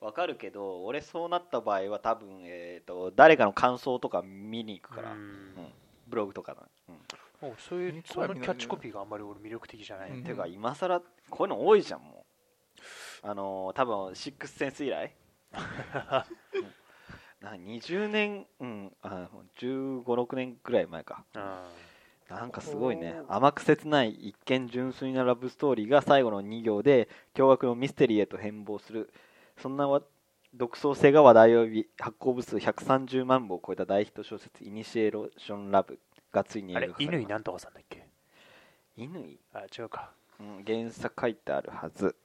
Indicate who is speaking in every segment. Speaker 1: わかるけど俺そうなった場合は多分、えー、と誰かの感想とか見に行くから、
Speaker 2: うん
Speaker 1: ブログとかの、うん
Speaker 2: もうそういう
Speaker 3: 日
Speaker 2: そ
Speaker 3: は
Speaker 2: の
Speaker 3: 見
Speaker 2: キ
Speaker 3: ない
Speaker 2: ャ
Speaker 3: ね
Speaker 2: ッチコピーがあんまり俺魅力的じゃない、
Speaker 3: うん
Speaker 1: てか今更こういうの多いじゃんもうあのー多分シックスセンス以来うんな20年うんあ1 5 6年ぐらい前か
Speaker 2: うん
Speaker 1: なんかすごいね
Speaker 3: おー
Speaker 1: 甘く切ない一見純粋なラブストーリーが最後の2行で驚愕のミステリーへと変貌するそんなわ独創性が話題を呼び発行部数130万部を超えた大ヒット小説「イニシエーション・ラブ」がついに映
Speaker 2: あ
Speaker 1: 画
Speaker 2: れ
Speaker 1: 化され
Speaker 2: 乾
Speaker 1: ま
Speaker 2: な
Speaker 1: す
Speaker 2: んとかさんだっけ
Speaker 1: 乾
Speaker 2: あ違うか
Speaker 1: うん、原作書いてあるはず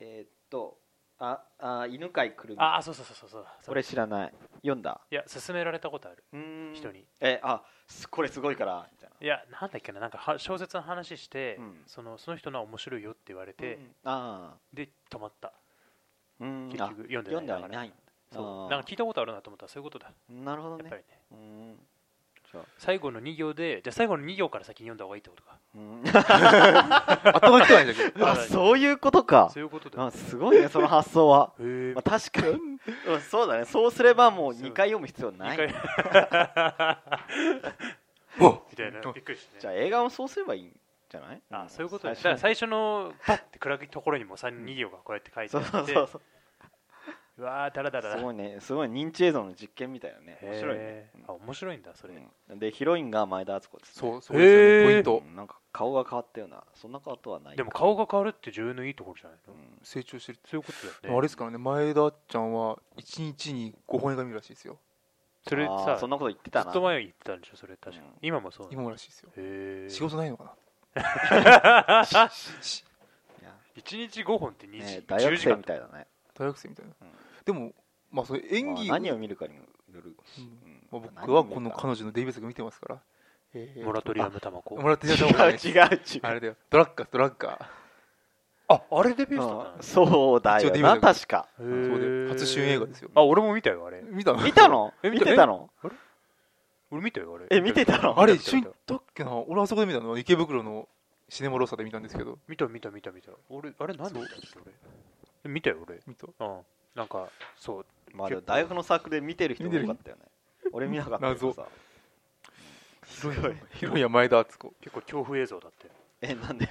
Speaker 1: えーっとああ犬飼くるみ
Speaker 2: ああそうそうそうそうそうだ
Speaker 1: 俺知らない読んだ
Speaker 2: いや勧められたことある
Speaker 1: うん
Speaker 2: 人に
Speaker 1: えあすこれすごいからみたいない
Speaker 2: やなんだっけななんかは小説の話して、
Speaker 1: うん
Speaker 2: そのその人のは面白いよって言われて、
Speaker 1: うんあ
Speaker 2: で止まった
Speaker 1: ーうん
Speaker 2: 結
Speaker 1: あ
Speaker 2: 局読んでない
Speaker 1: 読んではい
Speaker 2: だか
Speaker 1: ないんだ
Speaker 2: らそ
Speaker 1: あー
Speaker 2: うなんか聞いたことあるなと思ったらそういうことだ、
Speaker 1: なるほど
Speaker 2: やっぱ
Speaker 1: ね
Speaker 2: りね
Speaker 1: うんじゃあ
Speaker 2: 最後の2行でじゃあ最後の2行から先に読んだ方がいいってことか
Speaker 1: うん
Speaker 3: 頭きてないんだけど
Speaker 1: あ そういうことか
Speaker 2: そういうことだよ
Speaker 1: あすごいねその発想は、
Speaker 2: へえ
Speaker 1: まあ、確かにうんそうだねそうすればもう
Speaker 2: そう
Speaker 1: 2回読む必要な
Speaker 2: 二
Speaker 1: い
Speaker 2: 回
Speaker 3: お
Speaker 2: み たいなびっくりし
Speaker 1: じ
Speaker 2: た
Speaker 1: ゃあ
Speaker 2: ね
Speaker 1: 映画もそうすればいいんじゃない
Speaker 2: あ
Speaker 1: ん
Speaker 2: そういうことねだか
Speaker 1: 最
Speaker 2: ら
Speaker 1: 初に
Speaker 2: 最初のパッて暗いところにも2行がこうやって書いて
Speaker 1: そ
Speaker 2: あ
Speaker 1: う
Speaker 2: って
Speaker 1: そうそうそう
Speaker 2: うわーだらだらだ
Speaker 1: すごいねすごい認知映像の実験みたいなね面白いね
Speaker 2: へーあ面白いんだそれ、
Speaker 1: うんでヒロインが前田敦子です、ね、
Speaker 3: そうそうで
Speaker 2: へ
Speaker 3: すよねポイ
Speaker 2: ー
Speaker 3: ント
Speaker 1: うんなんか顔が変わったようなそんなことはない
Speaker 2: でも顔が変わるって重要のいいところじゃないの、
Speaker 1: うん
Speaker 3: 成長してる
Speaker 2: そういうことだよね
Speaker 3: あれですからね前田ちゃんは一日に5本映画見るらしいですよ
Speaker 2: それ
Speaker 1: あー
Speaker 2: さ
Speaker 1: そんなこと言って
Speaker 2: ず
Speaker 1: たな
Speaker 2: っと前に言ってたんでしょそれ確かに、
Speaker 1: うん
Speaker 2: 今もそうなの
Speaker 3: 今もらしいですよ
Speaker 2: へえ
Speaker 3: 仕事ないのかなし
Speaker 1: いや
Speaker 2: 1日5本って2時、
Speaker 1: ね大
Speaker 2: 10
Speaker 1: 学
Speaker 2: 時
Speaker 1: 生
Speaker 2: 間
Speaker 1: みたいだね、
Speaker 3: 大学生みたいな、
Speaker 1: うん
Speaker 3: でもまあそれ演技
Speaker 1: まあ何を見るかにもよるし、
Speaker 3: う
Speaker 1: う
Speaker 3: ん
Speaker 1: ん
Speaker 3: まあ、僕
Speaker 1: 何を
Speaker 3: はこ
Speaker 1: 見
Speaker 3: の
Speaker 1: るか
Speaker 3: 彼女のデイビスが見てますから、えー
Speaker 2: モラトリアムタマコ
Speaker 3: あもらっていただいたことないです
Speaker 1: 違う違う違う
Speaker 3: あれだよドラッカードラッカ
Speaker 2: ああれデビューした
Speaker 1: うん
Speaker 2: んだ
Speaker 1: そうだよ
Speaker 3: 一応
Speaker 1: な
Speaker 3: DVD だ
Speaker 1: 確か
Speaker 3: ーそうだよ初主演映画ですよ
Speaker 2: あ俺も見たよあれ
Speaker 3: ー見たの
Speaker 1: 見たの
Speaker 2: え
Speaker 1: 見
Speaker 2: 見た
Speaker 1: てたの
Speaker 2: 俺見たよあれ
Speaker 1: え見てたの
Speaker 3: あれ一緒に行ったっけな俺あそこで見たの池袋のシネマローサで見たんですけど
Speaker 2: 見た見た見た見た俺あれ何で見たっけ俺見たよ俺
Speaker 3: 見た
Speaker 2: うんなんかそう
Speaker 1: まあでも大学のサークルで見てる人
Speaker 3: 見て
Speaker 1: 多
Speaker 3: る
Speaker 1: かったよね俺見なかったけどさ
Speaker 3: 広い広いや前田敦子、
Speaker 2: 結構恐怖映像だって
Speaker 1: えなんで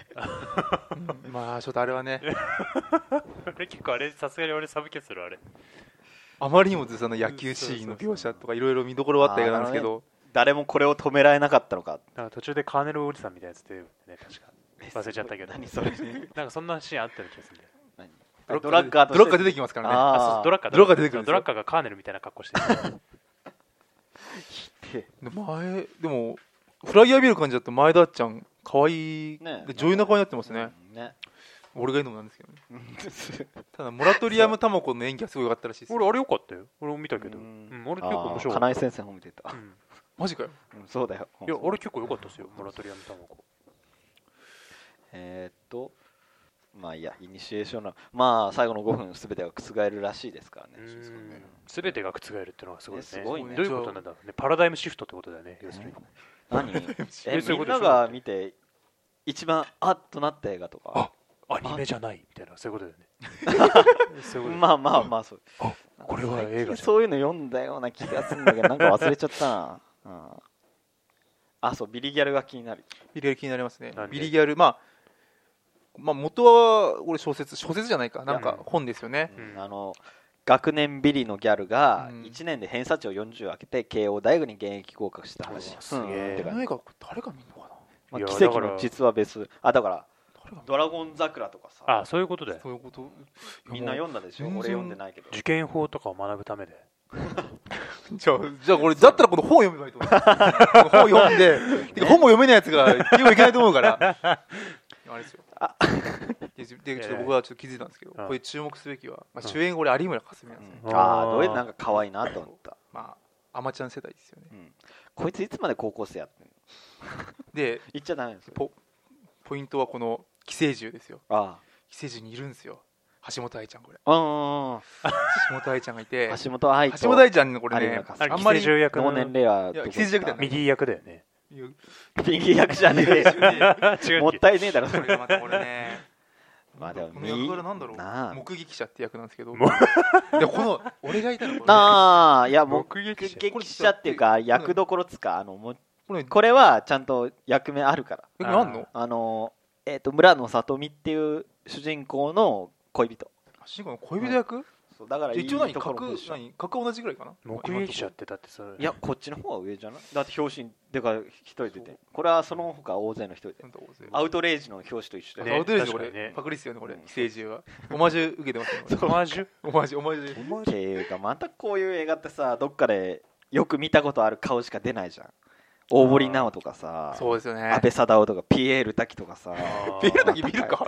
Speaker 3: まあちょっとあれはね
Speaker 2: あれ 結構あれさすがに俺寒気するあれ
Speaker 3: あまりにもずさの野球シーンの描写とかいろいろ見どころはあった映画なんですけど
Speaker 1: 誰もこれを止められなかったのか
Speaker 2: なんか途中でカーネルおじさんみたいなやつ出てくるんだよね確か忘れちゃったけど
Speaker 1: 何それ
Speaker 2: なんかそんなシーンあったような気がするんだよ
Speaker 1: 何
Speaker 3: ド
Speaker 1: ドラッカーと
Speaker 3: ドラッカー出
Speaker 1: して
Speaker 3: きますからね
Speaker 1: あー
Speaker 2: あそうドラッカー
Speaker 3: ドラッカー出てくるんです
Speaker 2: ド
Speaker 3: よ
Speaker 2: ラッカーがカーネルみたいな格好してる
Speaker 3: で前でもフライヤー見る感じだと前田ちゃん可愛い
Speaker 1: ね
Speaker 3: で女優の顔になってますね
Speaker 1: うんね
Speaker 3: 俺が言うのもなんですけどね
Speaker 1: うん
Speaker 3: ただモラトリアムタマコの演技はすごい良かったらしいですよ
Speaker 2: 俺あれよかったよ俺も見たけど
Speaker 1: う
Speaker 2: うんん俺結構面白か
Speaker 1: 金
Speaker 2: っ
Speaker 1: 井先生褒めてた
Speaker 2: た、うん
Speaker 3: マジかよ
Speaker 1: うんそうだよ
Speaker 2: いや俺結構良かったですよモラトリアムタマコ
Speaker 1: えーっとまあいいやイニシエーションなまあ最後の5分すべてが覆るらしいですからね
Speaker 2: うん全てが覆るっていうのがすごいね
Speaker 1: ねすごいね
Speaker 2: どういうことなんだろうねパラダイムシフトってことだよね要するに
Speaker 1: 何 え
Speaker 2: そういう
Speaker 1: み
Speaker 2: こ
Speaker 1: ん
Speaker 2: とでし
Speaker 1: な
Speaker 2: ょ
Speaker 1: が見て一番あっとなった映画とか
Speaker 2: アニメじゃないみたいなそういうことだよねそういうことだよね
Speaker 1: まあまあまあそう
Speaker 2: あこれは映
Speaker 1: 最
Speaker 2: 画
Speaker 1: 近
Speaker 2: じゃん
Speaker 1: そういうの読んだような気がするんだけどなんか忘れちゃったな、うん、あそうビリギャルが気になる
Speaker 3: ビリギャル気になりますね
Speaker 2: なんで
Speaker 3: ビリギャルまあまあ元は俺小説小説じゃないかなん
Speaker 2: い
Speaker 3: か
Speaker 2: や
Speaker 3: 本ですよね
Speaker 2: うん
Speaker 1: あの学年ビリのギャルが
Speaker 3: うん
Speaker 1: 1年で偏差値を40上げて慶応大学に現役合格した話
Speaker 2: う、わすげえ
Speaker 1: うんて
Speaker 3: 映
Speaker 1: か
Speaker 3: 画これ誰が見るのか
Speaker 1: まあ
Speaker 2: いや
Speaker 1: 奇跡
Speaker 2: だか
Speaker 1: の
Speaker 2: ら
Speaker 1: 実は別あだから
Speaker 3: な誰
Speaker 1: 「
Speaker 3: が
Speaker 1: ドラゴン桜」とかさ
Speaker 2: あそういうことだよ
Speaker 3: そういうこといや
Speaker 1: みんな読んだでしょ
Speaker 3: 全然
Speaker 1: 俺読んでないけど
Speaker 2: 受験法とかを学ぶためで
Speaker 3: じゃあ、じゃあこれ、だったらこの本読めばいいと思う。本読ん で、てか本も読めないやつが言もいけないと思うから。あれですよ。で、ちょでちょっと僕はちょっと気づいたんですけど、
Speaker 2: うん
Speaker 3: これ注目すべきは、まあ、
Speaker 2: うん
Speaker 3: 主演これ有村架純なんですね。
Speaker 1: うんああどれなんか可愛いなと思った、
Speaker 3: まあ、アマちゃん世代ですよね。
Speaker 1: うん、こいついつまで高校生やってんの
Speaker 3: で、
Speaker 1: 言っちゃダメですよ
Speaker 3: ポポイントはこの寄生獣ですよ。
Speaker 1: あ
Speaker 3: 寄生獣にいるんですよ。橋本愛ちゃん、これ。
Speaker 1: あうんうんうん
Speaker 3: 橋本愛ちゃんがいて、
Speaker 1: 橋本愛
Speaker 3: 橋
Speaker 1: と
Speaker 3: 本愛ちゃんのこれ
Speaker 1: 有
Speaker 3: ね
Speaker 1: 村架、
Speaker 2: あ
Speaker 1: 純
Speaker 2: れ
Speaker 3: あん
Speaker 2: 寄
Speaker 3: ま
Speaker 2: 生
Speaker 3: り、
Speaker 2: 獣役
Speaker 1: 同年
Speaker 2: の
Speaker 1: 齢はど
Speaker 3: い
Speaker 1: こ
Speaker 3: や寄生弱点
Speaker 1: 右
Speaker 2: 右役だよね
Speaker 3: いや
Speaker 1: 右役じゃねえ
Speaker 2: 違う
Speaker 1: よもったいねえだろ
Speaker 3: これがまたこれね、
Speaker 1: まあでも
Speaker 3: この役柄なんだろ
Speaker 1: なあ
Speaker 3: う目撃者って役なんですけど
Speaker 2: も
Speaker 3: でこの俺がいたのこれ
Speaker 1: ああ いや目
Speaker 2: 目撃者
Speaker 1: 撃者っていうか役どころっつうかあのもう
Speaker 3: これ
Speaker 1: これはちゃんと役目あるから
Speaker 3: えこれあんの
Speaker 1: あのえっ、と村野里美っていう主人公の恋人
Speaker 3: 主人公の恋人役
Speaker 1: そうだからいい
Speaker 3: 一応何
Speaker 1: とこ
Speaker 3: 格
Speaker 1: ろも一緒
Speaker 3: 何格同じぐらいかな
Speaker 2: 目撃者ってだってそれ
Speaker 1: いやこっちの方は上じゃないだって表紙にでかい一人出てこれはその他大勢の一人で
Speaker 3: なんだ大勢
Speaker 1: アウトレイジの表紙と一緒で、
Speaker 3: アウトレイジ
Speaker 2: 確か
Speaker 3: 俺、
Speaker 2: にね
Speaker 3: パクリっすよねこれ
Speaker 1: うん
Speaker 3: 寄生獣はオマージュ受けてますね
Speaker 2: オマージュ
Speaker 3: オマージュオマージュ
Speaker 1: っていうかまたこういう映画ってさどっかでよく見たことある顔しか出ないじゃん大堀奈央とかさ
Speaker 3: そうですよね
Speaker 1: 安倍貞夫とかピエール滝とかさ
Speaker 3: ピエール滝見るか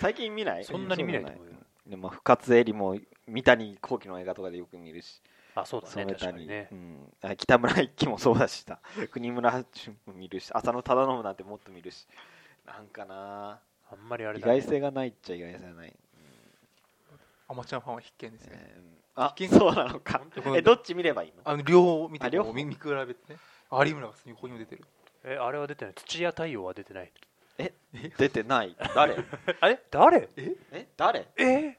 Speaker 1: 最近見ない
Speaker 2: そんなに見ないと思
Speaker 1: そうう
Speaker 2: よ
Speaker 1: でもでも深津絵里も三谷幸喜の映画とかでよく見るし
Speaker 2: あそうだね
Speaker 1: 染
Speaker 2: 確か
Speaker 1: 谷、
Speaker 2: にね
Speaker 1: うんあ、北村一輝もそうだしさ 国村淳も見るし浅野忠信なんてもっと見るしなんかな
Speaker 2: あんまりあれ
Speaker 1: 意
Speaker 2: だね
Speaker 1: 外性がないっちゃ意外性がない、
Speaker 3: アマチュアファンは必見ですね
Speaker 1: えーうんあそうなのか
Speaker 3: この
Speaker 1: えどっち見ればいいの
Speaker 3: あの両方見
Speaker 1: あ
Speaker 3: て
Speaker 1: 両
Speaker 3: 両
Speaker 1: 方
Speaker 3: 方見見比べてね有村が普通にここにも出てる
Speaker 2: えあれは出てない土屋太陽は出てない
Speaker 1: 出てない誰
Speaker 2: あれ誰
Speaker 1: え誰
Speaker 2: え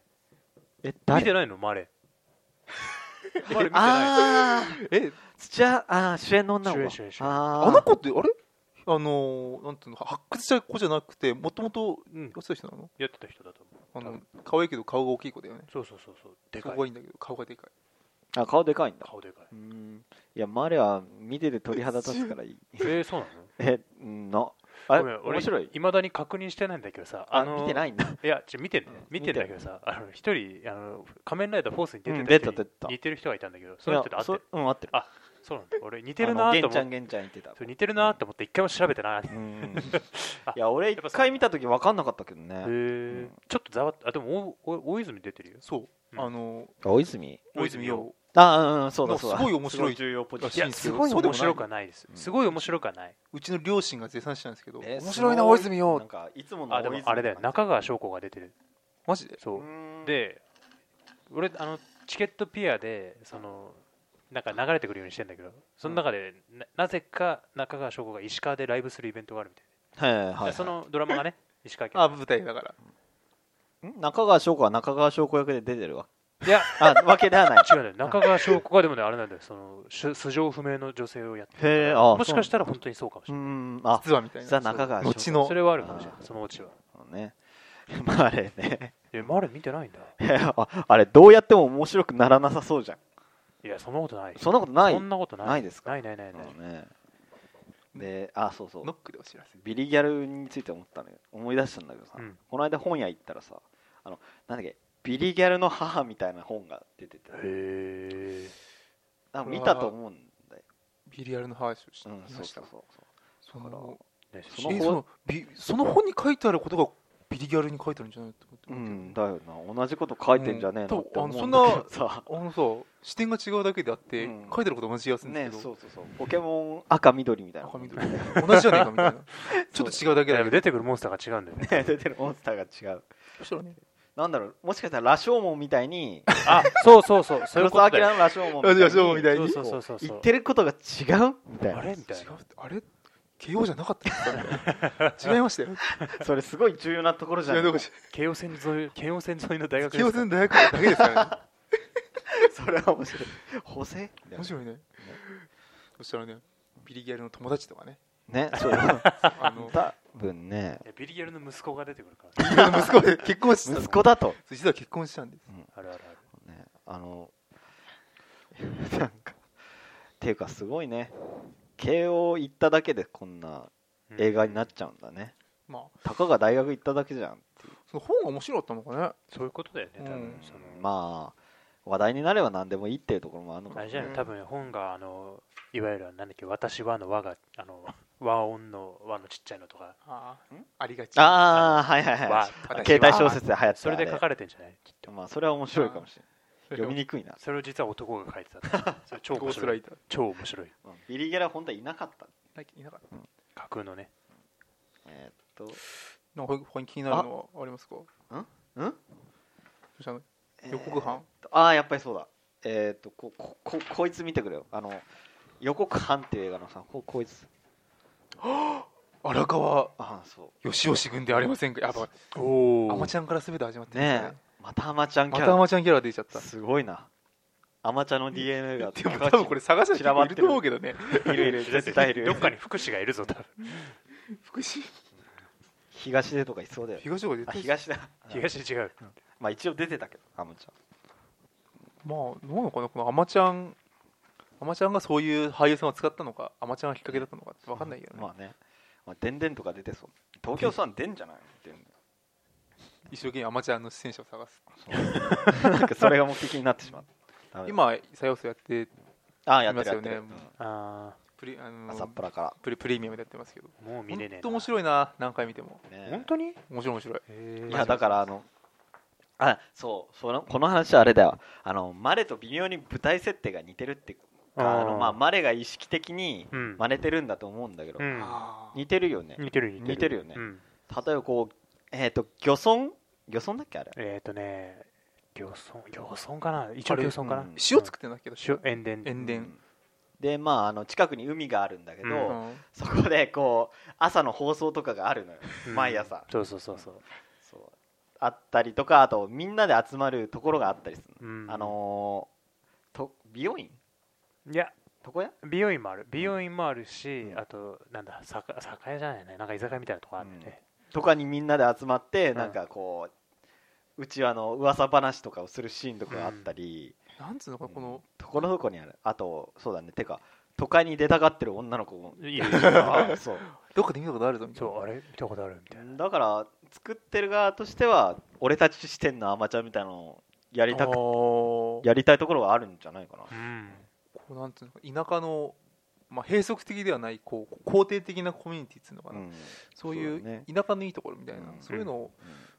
Speaker 1: え
Speaker 2: 見て
Speaker 1: ない
Speaker 2: ないの マレ
Speaker 3: あれ見てない
Speaker 1: ああ
Speaker 3: え
Speaker 1: 土屋あー主演の女の子
Speaker 2: 主演主演主演
Speaker 1: あ
Speaker 3: あの
Speaker 1: あ
Speaker 3: 子ってあれあのーなんていうの発掘した子じゃなくてもともと
Speaker 2: うん
Speaker 3: 安い人なの
Speaker 2: やってた人だと思う
Speaker 3: あ
Speaker 2: 多
Speaker 3: の
Speaker 2: 分
Speaker 3: 可愛いけど顔が大きい子だよね
Speaker 2: そうそうそうそうで
Speaker 3: 顔
Speaker 2: か
Speaker 3: がい
Speaker 2: い
Speaker 3: いんだけど顔がでかい
Speaker 1: あ顔でかいんだ
Speaker 2: 顔でかいう
Speaker 1: ーんいやマレは見てて鳥肌立つからい い
Speaker 2: えーそうなの
Speaker 1: えうんなあれ
Speaker 2: ごめん俺
Speaker 1: 面白い
Speaker 2: いまだに確認してないんだけどさ
Speaker 1: あ
Speaker 2: の
Speaker 1: 見てないんだ
Speaker 2: いや、ちょ見てんだよ
Speaker 1: うん
Speaker 2: 見てんだけどさ、あの一人あの、仮面ライダーフォースに出
Speaker 1: うん出
Speaker 2: てた
Speaker 1: た出
Speaker 2: 人に
Speaker 1: た
Speaker 2: 似てる人がいたんだけど、その人と会って
Speaker 1: いやそうん合ってる
Speaker 2: あそうなんだ、俺、似てるな
Speaker 1: あの
Speaker 2: と
Speaker 1: 玄ち
Speaker 2: 思
Speaker 1: ゃ
Speaker 2: っ
Speaker 1: ん
Speaker 2: て、
Speaker 1: 玄ちゃん言ってた
Speaker 2: そう似てるなと思って、一回も調べてない。へ
Speaker 1: うん
Speaker 2: あ
Speaker 1: いや俺一回見た時分かんなかったけどね
Speaker 2: ーちょっとざわっと、あ、でもおお大泉出てるよ。
Speaker 3: そう、
Speaker 2: うん
Speaker 3: あの
Speaker 1: 大泉
Speaker 3: 大泉洋
Speaker 1: あうんうんそうだそうだ
Speaker 3: すごい面白い
Speaker 1: 重要ポジ
Speaker 3: ら
Speaker 1: シ
Speaker 3: し
Speaker 2: い
Speaker 3: いん
Speaker 2: や、
Speaker 3: ですすよ
Speaker 2: ごい
Speaker 3: そうで
Speaker 2: 面
Speaker 3: もない
Speaker 2: 白くはないです。すごい面白くはない。
Speaker 3: うちの両親が絶賛したんですけど、
Speaker 1: ョンえ
Speaker 3: 面白いな大泉
Speaker 1: すごいな
Speaker 3: 洋
Speaker 1: んかいつもの大
Speaker 2: あ、で
Speaker 1: 泉
Speaker 2: もあれだよ、中川翔子が出てる。
Speaker 3: マジで
Speaker 2: そうう。
Speaker 1: ん
Speaker 2: で、俺、あの、チケットピアで、その、なんか流れてくるようにしてんだけど、その中で、ななぜか中川翔子が石川でライブするイベントがあるみたい
Speaker 1: はい
Speaker 2: な。
Speaker 1: はいはい
Speaker 2: でそのドラマがね、石川県
Speaker 3: あ舞台だから
Speaker 1: ん中川翔子は中川翔子役で出てるわ
Speaker 2: いや、
Speaker 1: あわけではない
Speaker 2: 違うんだよ、中川翔子がでもね、あれなんだよ、そのし素性不明の女性をやってる
Speaker 1: へえあ
Speaker 2: もしかしたら本当にそうかもし
Speaker 1: う
Speaker 2: れない。
Speaker 1: んあ
Speaker 3: 実はみたい
Speaker 1: 実は
Speaker 3: な
Speaker 1: 中川翔
Speaker 3: 後の
Speaker 2: それはあるかもしれない、そのうちは。
Speaker 1: 子ね まああれね
Speaker 2: え、マル見てないんだ。
Speaker 1: ああれどうやっても面白くならなさそうじゃん
Speaker 2: いや、そんなことない。
Speaker 1: そんなことない
Speaker 2: そんなことない。
Speaker 1: ないですか
Speaker 2: ないないないない。
Speaker 1: そうねであそうそう
Speaker 3: ノックでお知らせ
Speaker 1: ビリギャルについて思ったのよ思い出したんだけどさ、
Speaker 2: うん
Speaker 1: この間本屋行ったらさあのなんだっけビリギャルの母みたいな本が出てて
Speaker 2: へえ。
Speaker 1: なんか見たと思うんだよ、
Speaker 3: ビリヤルの話をし
Speaker 1: うん、
Speaker 3: し
Speaker 1: そ
Speaker 3: ま
Speaker 1: う
Speaker 3: し
Speaker 1: そ
Speaker 3: た
Speaker 1: うそう
Speaker 3: その
Speaker 2: ね
Speaker 1: その本
Speaker 3: えそのビその本に書いてあることがビリギャルに書いてあるんじゃないと思って
Speaker 1: う
Speaker 3: 思って
Speaker 1: んだよな同じこと書いてんじゃねえのって思うんだけどさ
Speaker 3: あのさ視点が違うだけであって、
Speaker 1: うん
Speaker 3: 書いてあること同じやつなん
Speaker 1: ねそ
Speaker 3: ですけど、
Speaker 1: うそうそうポケモン赤緑みたいな
Speaker 3: 赤緑同じじゃねえかみたいなちょっと違うだ
Speaker 2: い
Speaker 3: け
Speaker 2: やでも
Speaker 3: だけど
Speaker 2: 出てくるモンスターが違うんだよ ね。
Speaker 1: 出てるモンスターが違う
Speaker 3: そしたらね
Speaker 1: なんだろうもしかしたら羅生門みたい に
Speaker 2: あ、そうそうそう、 そうい
Speaker 1: 黒
Speaker 2: うこと
Speaker 1: 澤明
Speaker 2: だよ。
Speaker 1: の羅生門
Speaker 3: ラジオみた い
Speaker 2: そう
Speaker 3: に
Speaker 2: そうそうそう。
Speaker 1: 言ってることが違うみたい
Speaker 2: あ
Speaker 1: な
Speaker 2: れみたい
Speaker 3: 違う
Speaker 2: な。
Speaker 3: ってあれ KO じゃなかったんですか違いましたよ
Speaker 1: それすごい重要なところじゃ
Speaker 3: 違うと
Speaker 1: ん
Speaker 3: こじ
Speaker 2: 京王線沿い、京王線沿いの大
Speaker 3: ゃ
Speaker 2: 学です
Speaker 3: 慶応戦大学だけですからね
Speaker 1: それは面白い補正
Speaker 3: 面白いねそしたらねビリギャルの友達とかね
Speaker 1: ねそう
Speaker 3: あの
Speaker 1: 多分ね
Speaker 2: いやビリギャルの息子が出てくるから。
Speaker 3: ビリギャルの息子で結婚したの
Speaker 1: 息子だと、
Speaker 3: 実は結婚したんです
Speaker 2: あるあるある。
Speaker 1: ね、あの なんかっていうかすごいね慶応行っただけでこんな
Speaker 2: うん
Speaker 1: 映画になっちゃうんだね
Speaker 3: まあ
Speaker 1: たかが大学行っただけじゃん
Speaker 3: その本が面白かったのかね
Speaker 2: そういうことだよね、多分、
Speaker 3: うん
Speaker 2: その
Speaker 1: まあ話題になれば何でもいいっていうところもあるのか
Speaker 2: あ
Speaker 1: も
Speaker 2: れじゃない、
Speaker 3: うん
Speaker 2: 多分本があのいわゆるなんだっけ私はの和があの和音の和のちっちゃいのとか
Speaker 3: ああ
Speaker 1: ん
Speaker 3: ありがち
Speaker 1: ああはいはいは
Speaker 2: 和
Speaker 1: い
Speaker 3: あ
Speaker 1: 携帯小
Speaker 2: 和
Speaker 1: 説で流行って
Speaker 2: それで書
Speaker 1: る
Speaker 2: かれてんじゃないきっと
Speaker 1: まあそれは面白いかもしれない読みにくいな、
Speaker 2: それを実は男が書いて たそれ超
Speaker 3: ゴ
Speaker 2: 面
Speaker 3: ースト
Speaker 2: 白
Speaker 3: ラ
Speaker 2: い
Speaker 3: イター
Speaker 2: 超面白い
Speaker 1: うんビリギャラ本当はいなかった
Speaker 3: いなかった
Speaker 2: 架空のね
Speaker 1: えーっと
Speaker 3: なんか他に気になるのはありますか
Speaker 1: ん
Speaker 3: そしたら
Speaker 1: えー
Speaker 3: 予告版
Speaker 1: ああやっぱりそうだえーっとここここいつ見てくれよあの予告班っていう映画のさここいつ
Speaker 3: 荒川
Speaker 1: あそ
Speaker 3: 義し軍ではありませんかやばい
Speaker 2: お
Speaker 3: アマちゃんから全て始まっ
Speaker 1: う
Speaker 3: てるんで
Speaker 1: ね
Speaker 3: す
Speaker 1: えまたアマちゃんキ
Speaker 3: ま
Speaker 1: ャ
Speaker 3: たア
Speaker 1: ラ、
Speaker 3: マちゃんキャラ出ちゃった
Speaker 1: すごいなアマちゃんの DNA が
Speaker 3: でも多分これ探した人結構いると思うけどね
Speaker 1: いるいる絶対いる
Speaker 2: どっかに福祉がいるぞ多分
Speaker 3: 福祉
Speaker 1: 東出とかいそうだよ
Speaker 3: 東岡絶
Speaker 1: あ
Speaker 3: 対
Speaker 1: 東出
Speaker 2: 東違う
Speaker 1: まあ一応出てたけどアマちゃん
Speaker 3: まあどうなのかなこのアマちゃんアマちゃんがそういう俳優さんを使ったのかアマちゃんがきっかけだったのかって分かんないけどね、
Speaker 1: まあねまあでんでんとか出てそう東京さん出んじゃないでん
Speaker 3: 一生懸命アマちゃんの出演者を探す
Speaker 1: そうなんかそれが目的になってしまったダメだ
Speaker 3: 今再放送やって
Speaker 1: ああやってるやって
Speaker 3: い
Speaker 1: る、
Speaker 3: ますよね
Speaker 2: あ
Speaker 3: プリあの
Speaker 1: うん朝っぱらか
Speaker 3: プリプレミアムでやってますけど
Speaker 2: あもう見れねえ
Speaker 3: 本当面白いな何回見ても
Speaker 1: ら、ね
Speaker 2: 本当に
Speaker 3: 面白い面白い
Speaker 1: い
Speaker 2: い
Speaker 1: やだからあのあそうそのこの話はあれだよあのマレと微妙に舞台設定が似てるっていうかあのまあ、マレが意識的に
Speaker 2: うん
Speaker 1: 真似てるんだと思うんだけど、
Speaker 2: うん
Speaker 3: あ
Speaker 1: 似てるよね
Speaker 2: 似てる
Speaker 1: 似てるよね
Speaker 2: うん
Speaker 1: 例えばこうえっ、と漁村漁村だっけあれ
Speaker 2: えっとね漁村漁村かな一
Speaker 3: あ
Speaker 2: 応
Speaker 3: れ
Speaker 2: 漁村かな
Speaker 1: うん
Speaker 3: ー塩作ってんだっけど
Speaker 2: 塩塩田
Speaker 3: 塩
Speaker 1: う
Speaker 3: 田
Speaker 1: んでまああの近くに海があるんだけど、
Speaker 2: う
Speaker 3: うん
Speaker 1: そこでこう朝の放送とかがあるのよ
Speaker 2: うん
Speaker 1: 毎朝
Speaker 2: そうそうそうそう
Speaker 1: そうあったりとかあとみんなで集まるところがあったりする
Speaker 2: うん
Speaker 1: あのーと美容院
Speaker 2: いや
Speaker 1: 床屋
Speaker 2: 美容院もある美容院もあるし、
Speaker 1: うん
Speaker 2: あとなんだ酒酒屋じゃないねなんか居酒屋みたいなとこあるんでね、
Speaker 1: とかにみんなで集まって、
Speaker 2: うん
Speaker 1: なんかこううちわの噂話とかをするシーンとかがあったり、
Speaker 3: なんつうのかなこの
Speaker 1: ところどころにあるあとそうだねてか都会に出たがってる女の子 も
Speaker 2: いいよ
Speaker 1: あそう
Speaker 3: どっかで見たことあるぞみた
Speaker 2: そ
Speaker 3: いうな
Speaker 2: あれ見たことあるみたいな
Speaker 1: だから作ってる側としては俺たち視点のアマチュアみたいなのをやりたく
Speaker 3: こ
Speaker 1: やりたいところはあるんじゃないかな
Speaker 2: うん
Speaker 3: うなんつうのか田舎のまあ閉塞的ではないこう肯定的なコミュニティっつうのかな、
Speaker 1: うん
Speaker 3: そうい
Speaker 1: そうだね
Speaker 3: う田舎のいいところみたいな、
Speaker 1: うん
Speaker 3: そういうのを、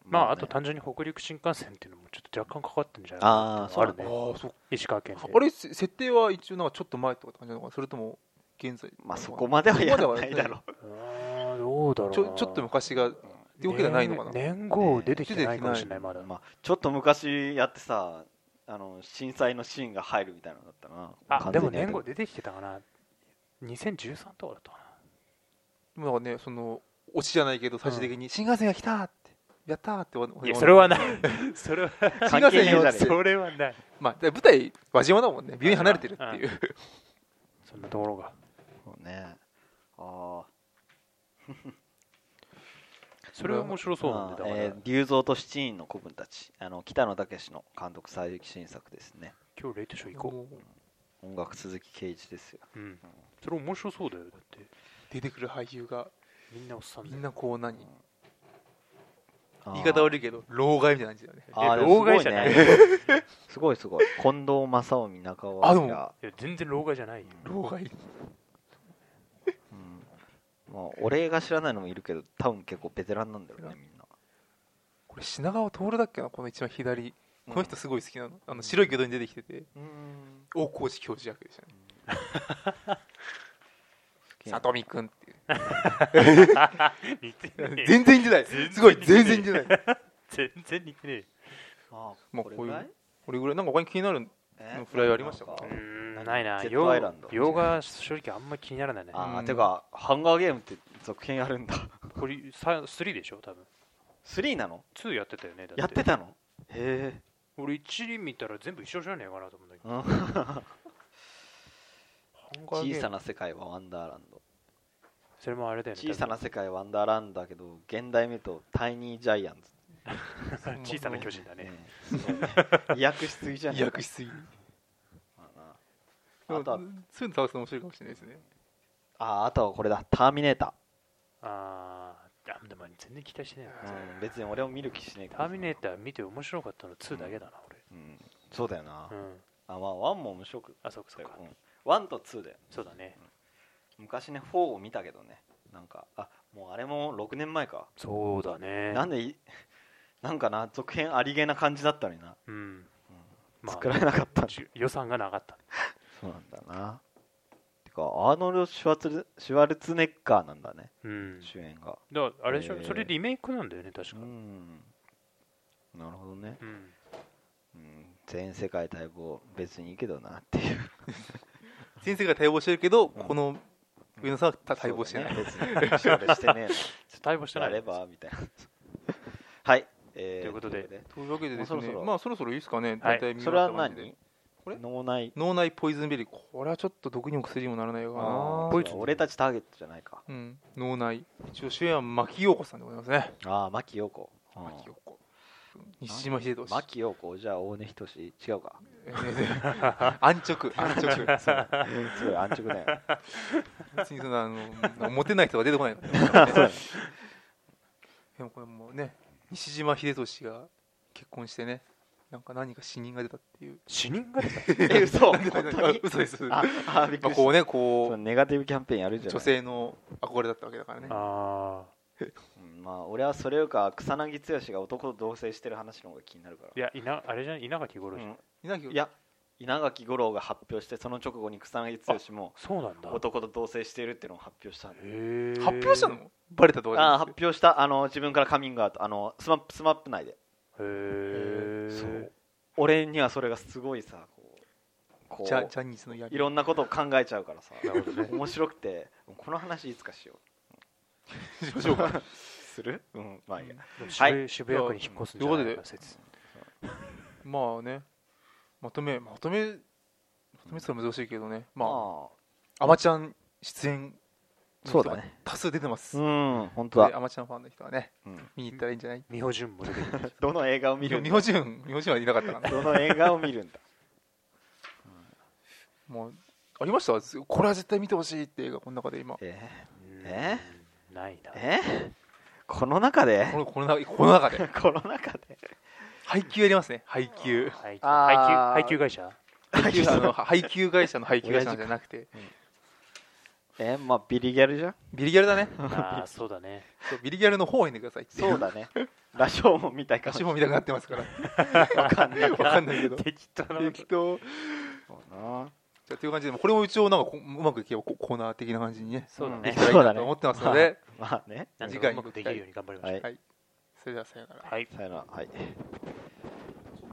Speaker 2: まあ、あ
Speaker 1: ね
Speaker 2: と単純に北陸新幹線っていうのもちょっと若干かかってるんじゃない
Speaker 1: あー
Speaker 2: かなっていうのはあるね
Speaker 3: ああそっか
Speaker 2: 石川県で
Speaker 3: あれせ設定は一応なんかちょっと前とかって感じなのかなそれとも現在
Speaker 1: まあそこまではやらないだろう
Speaker 2: うーんどうだろうな
Speaker 3: ちょちょっと昔がってわけじゃないのかな、
Speaker 2: 年年号出てきてないかもしれない
Speaker 3: ね
Speaker 2: まだ、
Speaker 1: まあ、ちょっと昔やってさあの震災のシーンが入るみたいなのだったな
Speaker 2: あでも年号
Speaker 1: 後
Speaker 2: 出てきてたかな2013とかだったか
Speaker 3: でもなんかねそのオチじゃないけど最終的に新幹線が来たってやったーってわ
Speaker 2: ないやそれはない それは
Speaker 1: 関係
Speaker 3: 新幹
Speaker 1: ねえ
Speaker 3: 線
Speaker 1: じ
Speaker 3: よ
Speaker 1: ゃね
Speaker 3: って
Speaker 1: え
Speaker 2: それはない
Speaker 3: まあだから舞台輪島だもんね病院離れてるっていう、
Speaker 2: そんなところが
Speaker 1: そうねああ
Speaker 2: それは面白そうなんでだ
Speaker 1: まあ
Speaker 2: から、
Speaker 1: えー竜造と七人の子分たちあの北野武の監督最新作ですね
Speaker 2: 今日レイトショー行こ
Speaker 3: もう
Speaker 1: 音楽鈴木圭一ですよ
Speaker 2: う、うん、それ面白そうだよだって
Speaker 3: 出てくる俳優が
Speaker 2: みんなおっさん
Speaker 3: み
Speaker 2: で
Speaker 3: んなこう何言い
Speaker 1: あー
Speaker 3: 方悪いけど老害みたいな感じだよね
Speaker 1: あー
Speaker 2: え
Speaker 1: でも
Speaker 2: 老害じゃない
Speaker 1: すごいねすごいすごい近藤正臣中尾
Speaker 3: あで
Speaker 1: 明
Speaker 3: も
Speaker 2: いや全然老害じゃないよ
Speaker 3: 老害
Speaker 1: うんまあ、俺が知らないのもいるけど多分結構ベテランなんだよねみんな
Speaker 3: これ品川徹だっけなこの一番左この人すごい好きなのあの白い魚道に出てきてて
Speaker 1: うん
Speaker 3: 大河内教授役でしたね
Speaker 1: 好きな
Speaker 3: 里見くんっていう
Speaker 2: 似てねえ
Speaker 3: 全然似てないすごい全然似てない
Speaker 2: 全然似てねえ
Speaker 1: あー
Speaker 3: まあ
Speaker 1: これ
Speaker 3: こういう
Speaker 1: ぐらい
Speaker 3: これぐらいなんか他に気になる
Speaker 1: え
Speaker 3: フライはありましたか
Speaker 2: う
Speaker 1: なん
Speaker 2: ーんないな
Speaker 1: ジェッ
Speaker 2: 洋
Speaker 1: トアイランド
Speaker 2: 洋画正直あんまり気にならないね
Speaker 1: あ
Speaker 3: う
Speaker 1: ー
Speaker 3: ん
Speaker 1: てかハンガーゲームって続編やるんだ
Speaker 2: これさ3でしょ多分
Speaker 1: 3なの
Speaker 2: 2やってたよねだ
Speaker 1: やってたのへえ
Speaker 2: 俺1見たら全部一緒じゃねえかなと思うんだけど
Speaker 1: うん
Speaker 2: ハンガーゲ
Speaker 1: 小
Speaker 2: ーム
Speaker 1: さな世界はワンダーランド
Speaker 2: それもあれだよね
Speaker 1: 小さな世界はワンダーランドだけど現代目とタイニージャイアンツ
Speaker 2: 多分 小さな巨人だね
Speaker 1: うん そうね違約しすぎじゃない
Speaker 3: 役しすぎ
Speaker 1: まあな
Speaker 3: そう
Speaker 1: あとは
Speaker 3: いうの倒すの面白いかもしれないですね
Speaker 1: あーあとはこれだターミネータ
Speaker 2: あーあでも全然期待してない
Speaker 1: ー、うん、別に俺を見る気しねえ
Speaker 2: な
Speaker 1: けど
Speaker 2: ターミネーター見て面白かったの2だけだな
Speaker 1: うん、そうだよな、
Speaker 2: 俺うん
Speaker 1: あまあ1も面白く
Speaker 2: あそうかそうか
Speaker 1: うん、1と2だよ
Speaker 2: そうだね
Speaker 1: 昔ね4を見たけどねなんかあもうあれも6年前か
Speaker 2: そうだね
Speaker 1: なんでい なんかな続編ありげな感じだったのにな、
Speaker 2: うん
Speaker 1: まあ、
Speaker 2: まあ
Speaker 1: 作られなかった
Speaker 2: ち予算がなかった
Speaker 1: そうなんだなてかアーノルド・シュワツルシュワルツェネッガーなんだね
Speaker 2: うん
Speaker 1: 主演が
Speaker 2: だからあれでしょ
Speaker 1: えー
Speaker 2: それリメイクなんだよね確
Speaker 1: う
Speaker 2: か
Speaker 1: んなるほどね、
Speaker 2: うん
Speaker 1: うん、全世界 待望別にいいけどなっていう
Speaker 3: 先生が対応してるけど
Speaker 1: うん
Speaker 3: この上野さんは待望してない、
Speaker 1: そうだね別に勝利してね
Speaker 2: 待望してな
Speaker 1: や
Speaker 2: い
Speaker 1: ればみたいな はい、えー、
Speaker 2: ということで
Speaker 3: というわけでです
Speaker 1: もうそろ
Speaker 3: ね
Speaker 1: そろ
Speaker 3: まあそろそろいいですかね
Speaker 2: はい
Speaker 3: 大体見
Speaker 1: そ
Speaker 3: 終
Speaker 1: れ
Speaker 3: わ
Speaker 1: は
Speaker 3: った感じで
Speaker 1: 何
Speaker 3: これ
Speaker 1: 脳内
Speaker 3: 脳内ポイズンベリーこれはちょっと毒にも薬にもならないか
Speaker 1: あ
Speaker 3: な
Speaker 1: ー
Speaker 2: ポイズン
Speaker 1: そう俺たちターゲットじゃないか
Speaker 3: うん、脳内一応主演は牧陽子さんでございますね
Speaker 1: ああ牧陽子うん
Speaker 3: 牧陽子西島秀俊
Speaker 1: 牧陽子じゃあ大根仁志違うか
Speaker 3: えー 安直安直そう
Speaker 1: すごい安直だよ
Speaker 3: 別にそのあのモテない人が出てこ ないのでもこれもうね西島秀俊が結婚してねなんか何か死人が出たっていう
Speaker 2: 死人が出た
Speaker 1: え 嘘
Speaker 3: なん で
Speaker 1: 本当に
Speaker 3: 嘘です
Speaker 1: ああびっく
Speaker 3: まあ、
Speaker 1: りした
Speaker 3: こうね
Speaker 1: そう
Speaker 3: こ
Speaker 1: ネガティブキャンペーンやるじ
Speaker 3: う
Speaker 1: ゃん
Speaker 3: 女性の憧れだったわけだからね
Speaker 2: ああ
Speaker 1: まあ俺はそれよりか草薙剛が男と同棲してる話の方が気になるから
Speaker 2: いやいなあれじゃん稲垣吾郎じゃん、
Speaker 1: うん
Speaker 3: 稲垣
Speaker 1: いや稲垣吾郎が発表してその直後に草薙剛も
Speaker 2: そうなんだ
Speaker 1: 男と同棲しているっていうのを発表したんだよ
Speaker 2: へえ
Speaker 3: 発表したのバレたとかじゃ
Speaker 1: あ
Speaker 3: な
Speaker 1: あ
Speaker 3: くて
Speaker 1: 発表したあの自分からカミングアウトあのスマップスマップ内で
Speaker 2: へえ
Speaker 1: そう俺にはそれがすごいさこうこ
Speaker 3: ジャジ
Speaker 1: う
Speaker 3: ャニーズのやり
Speaker 1: いろんなことを考えちゃうからさ
Speaker 2: なるほどね
Speaker 1: 面白くてこの話いつかしよ
Speaker 3: しましょうか
Speaker 1: う するうんまあいいや
Speaker 2: 渋谷渋谷区に引っ越すんじゃない
Speaker 3: という
Speaker 2: か
Speaker 3: こと
Speaker 2: 説
Speaker 3: まあねまとめまとめまとめつら難しいけどねまあ、
Speaker 1: ま
Speaker 3: アマちゃん出演
Speaker 1: あそうだね
Speaker 3: 多数出てます、
Speaker 1: うん本当
Speaker 3: で
Speaker 1: だ
Speaker 3: アマちゃんファンの人はね
Speaker 1: うん
Speaker 3: 見に行ったらいいんじゃない
Speaker 2: 美穂潤も出て きた
Speaker 1: どの映画を見
Speaker 3: 日
Speaker 1: る
Speaker 3: 本
Speaker 1: ん
Speaker 3: 日
Speaker 1: だ
Speaker 3: 本人日本人はいなかったからね
Speaker 1: どの映画を見 るんだ
Speaker 3: もうありましたこれは絶対見てほしいって映画この中で今
Speaker 1: えー
Speaker 2: えないな
Speaker 1: えこの中で
Speaker 3: このこの中この中 で
Speaker 1: この中で
Speaker 3: 配給やりますね配給
Speaker 2: 配給
Speaker 1: あー
Speaker 2: 配給配給会社
Speaker 3: 配給
Speaker 1: 配給
Speaker 3: あの配給会社の配給会社なんじゃなくて
Speaker 1: えまあビリギャルじゃん
Speaker 3: ビリギャルだね
Speaker 2: ああそうだね
Speaker 3: そうビリギャルの方を読んでくださいってい
Speaker 1: そうだね羅生門みたいかもし
Speaker 3: 私
Speaker 1: れな
Speaker 3: も見たくなってますから
Speaker 1: いわかん ない
Speaker 3: わかんないけど
Speaker 2: 適当な
Speaker 3: 適当
Speaker 1: そうな
Speaker 3: じゃあという感じでもうこれも一応なんかこううまくいけばこコーナー的な感じにね
Speaker 2: そうだ
Speaker 1: ん
Speaker 2: ね
Speaker 3: できたらいい
Speaker 1: そうだ
Speaker 3: な
Speaker 1: ね
Speaker 3: と思ってますので
Speaker 1: まあね
Speaker 2: なん
Speaker 3: 次
Speaker 2: とか
Speaker 3: 回
Speaker 2: うまくできるように頑張りましょ
Speaker 1: はいう
Speaker 3: はいそれではさようなら
Speaker 2: はい
Speaker 1: さよならはい